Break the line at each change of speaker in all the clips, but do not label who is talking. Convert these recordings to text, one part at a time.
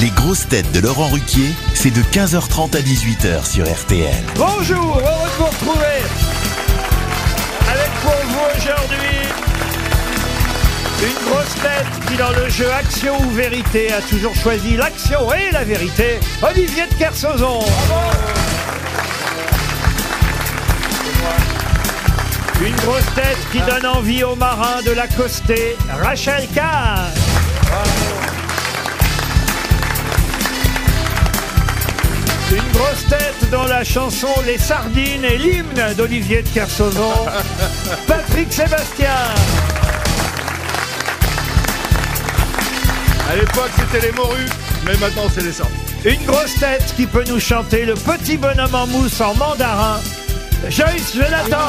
Les grosses têtes de Laurent Ruquier, c'est de 15h30 à 18h sur RTL.
Bonjour, heureux de vous retrouver Avec pour vous aujourd'hui une grosse tête qui dans le jeu Action ou Vérité a toujours choisi l'action et la vérité, Olivier de Kersauzon Une grosse tête qui donne envie aux marins de l'accoster, Rachel Kahn Une grosse tête dans la chanson Les Sardines et l'hymne d'Olivier de Kersauzon, Patrick Sébastien.
À l'époque, c'était les morues, mais maintenant, c'est les sorties.
Une grosse tête qui peut nous chanter le petit bonhomme en mousse en mandarin, Joyce Jonathan.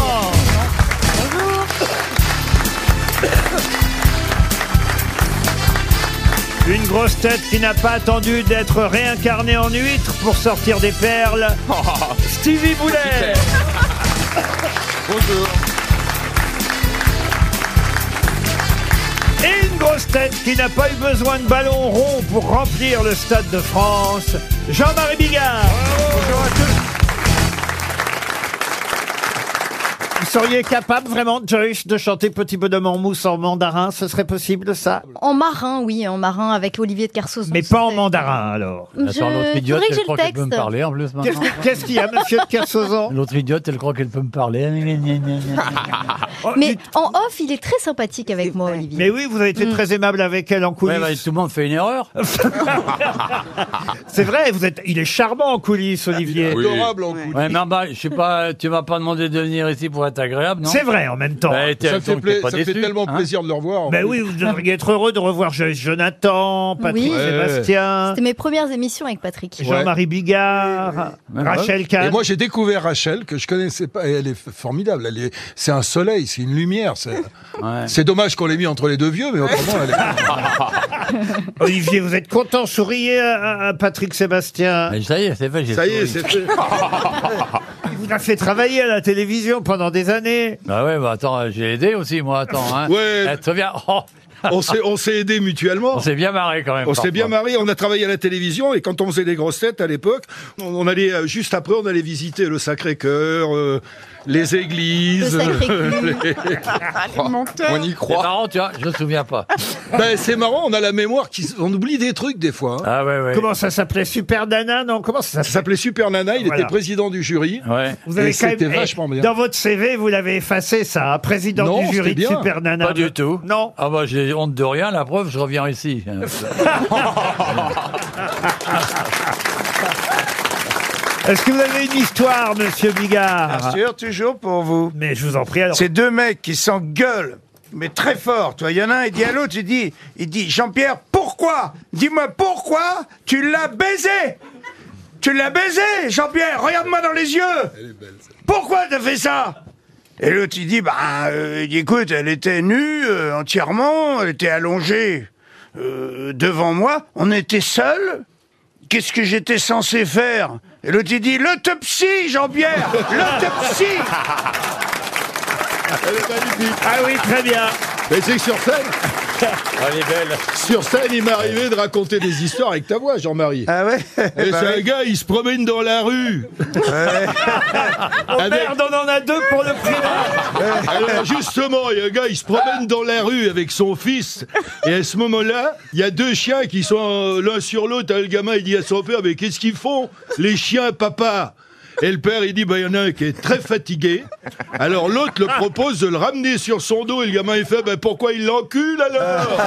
Une grosse tête qui n'a pas attendu d'être réincarnée en huître pour sortir des perles, Stevie Boulet.
Bonjour.
Et une grosse tête qui n'a pas eu besoin de ballon rond pour remplir le Stade de France, Jean-Marie Bigard.
Bonjour à tous.
Vous seriez capable vraiment, Joyce, de chanter Petit bonhomme en mousse en mandarin Ce serait possible ça
En marin, oui, en marin avec Olivier de Carsos.
Mais pas en mandarin alors.
Attends, l'autre idiote, je crois qu'elle peut me parler.
en plus
Qu'est-ce qu'est-ce qu'il y a, monsieur de Kersauzon
L'autre idiote, elle croit qu'elle peut me parler.
Oh,
Mais
dites-
en off, il est très sympathique avec moi, Olivier.
Mais oui, vous avez été très aimable avec elle en coulisses.
bah, tout le monde fait une erreur.
C'est vrai, vous êtes, il est charmant en coulisses, Olivier.
Adorable en coulisses.
Ouais, mais en bas, je sais pas, tu m'as pas demandé de venir ici pour être agréable, non
C'est vrai en même temps.
Bah, t'es-
Ça, me fait,
donc,
pla-
t'es pas
ça me fait
déçu,
tellement
hein
plaisir de le revoir.
Ben oui, vous devriez être heureux de revoir Jo- Jonathan, Patrick
Oui. Ouais.
Sébastien,
C'était mes premières émissions avec Patrick.
Jean-Marie Bigard,
Ouais.
Rachel
Et
hein.
Kahn.
moi, j'ai découvert Rachel, que je connaissais pas, et elle est f- formidable. Elle est, c'est un soleil, c'est une lumière. C'est,
Ouais.
c'est dommage qu'on l'ait mis entre les deux vieux, mais autrement, elle est...
Olivier, vous êtes content, souriez à, à- à Patrick Sébastien.
Mais ça y est, c'est fait, j'ai souri.
fait.
Il vous a fait travailler à la télévision pendant des années.
Bah ouais, bah attends, euh, j'ai aidé aussi, moi, attends. Hein.
Ouais.
Eh, très bien. Oh,
On s'est, on s'est aidés mutuellement.
on s'est bien marré quand même.
On s'est
parfois.
bien mariés, on a travaillé à la télévision et quand on faisait des grosses têtes à l'époque, on, on allait euh, juste après, on allait visiter le Sacré-Cœur, euh, les églises.
Le Sacré-Cœur. Ah,
les-
On y
C'est
croit.
marrant, tu vois, je me souviens pas.
Ben, c'est marrant, on a la mémoire qui, s- on oublie des trucs des fois. hein.
Eh Ah ouais, ouais.
Comment ça s'appelait Super Nana Non, comment ça
Ça
s'appelait
s'appelait Super Nana, il
Voilà.
était président du jury.
Ouais.
Vous avez
Et
quand même-
c'était
eh,
vachement bien.
Dans votre CV, vous l'avez effacé ça, hein, président
Non,
du jury de
c'était bien.
Super Nana.
Pas du tout.
Non.
Ah bah j'ai honte de rien, la preuve, je reviens ici.
Est-ce que vous avez une histoire, monsieur Bigard
Bien sûr, toujours pour vous.
Mais je vous en prie, alors.
Ces deux mecs qui s'engueulent, mais très fort. Toi, il y en a un, il dit à l'autre, il dit, il dit, Jean-Pierre, pourquoi Dis-moi pourquoi tu l'as baisé Tu l'as baisé, Jean-Pierre. Regarde-moi dans les yeux. Pourquoi t'as fait ça Et l'autre, il dit, bah, euh, il dit, écoute, elle était nue euh, entièrement, elle était allongée euh, devant moi. On était seuls. Qu'est-ce que j'étais censé faire Et l'autre, il dit, l'autopsie, Jean-Pierre, l'autopsie.
Elle est magnifique.
Ah oui, très bien.
Mais c'est que sur scène,
Elle est belle.
sur scène, il m'est arrivé de raconter des histoires avec ta voix, Jean-Marie.
Ah ouais
Et
Bah
c'est
oui.
un gars, il se promène dans la rue. Avec-
Merde, on en a deux pour le prix d'un.
Alors Euh, justement, il y a un gars, il se promène dans la rue avec son fils. Et à ce moment-là, il y a deux chiens qui sont euh, l'un sur l'autre. Le gamin, il dit à son père, mais qu'est-ce qu'ils font Les chiens, papa et le père, il dit, bah, il y en a un qui est très fatigué. Alors l'autre le propose de le ramener sur son dos. Et le gamin, il fait, bah, pourquoi il l'encule alors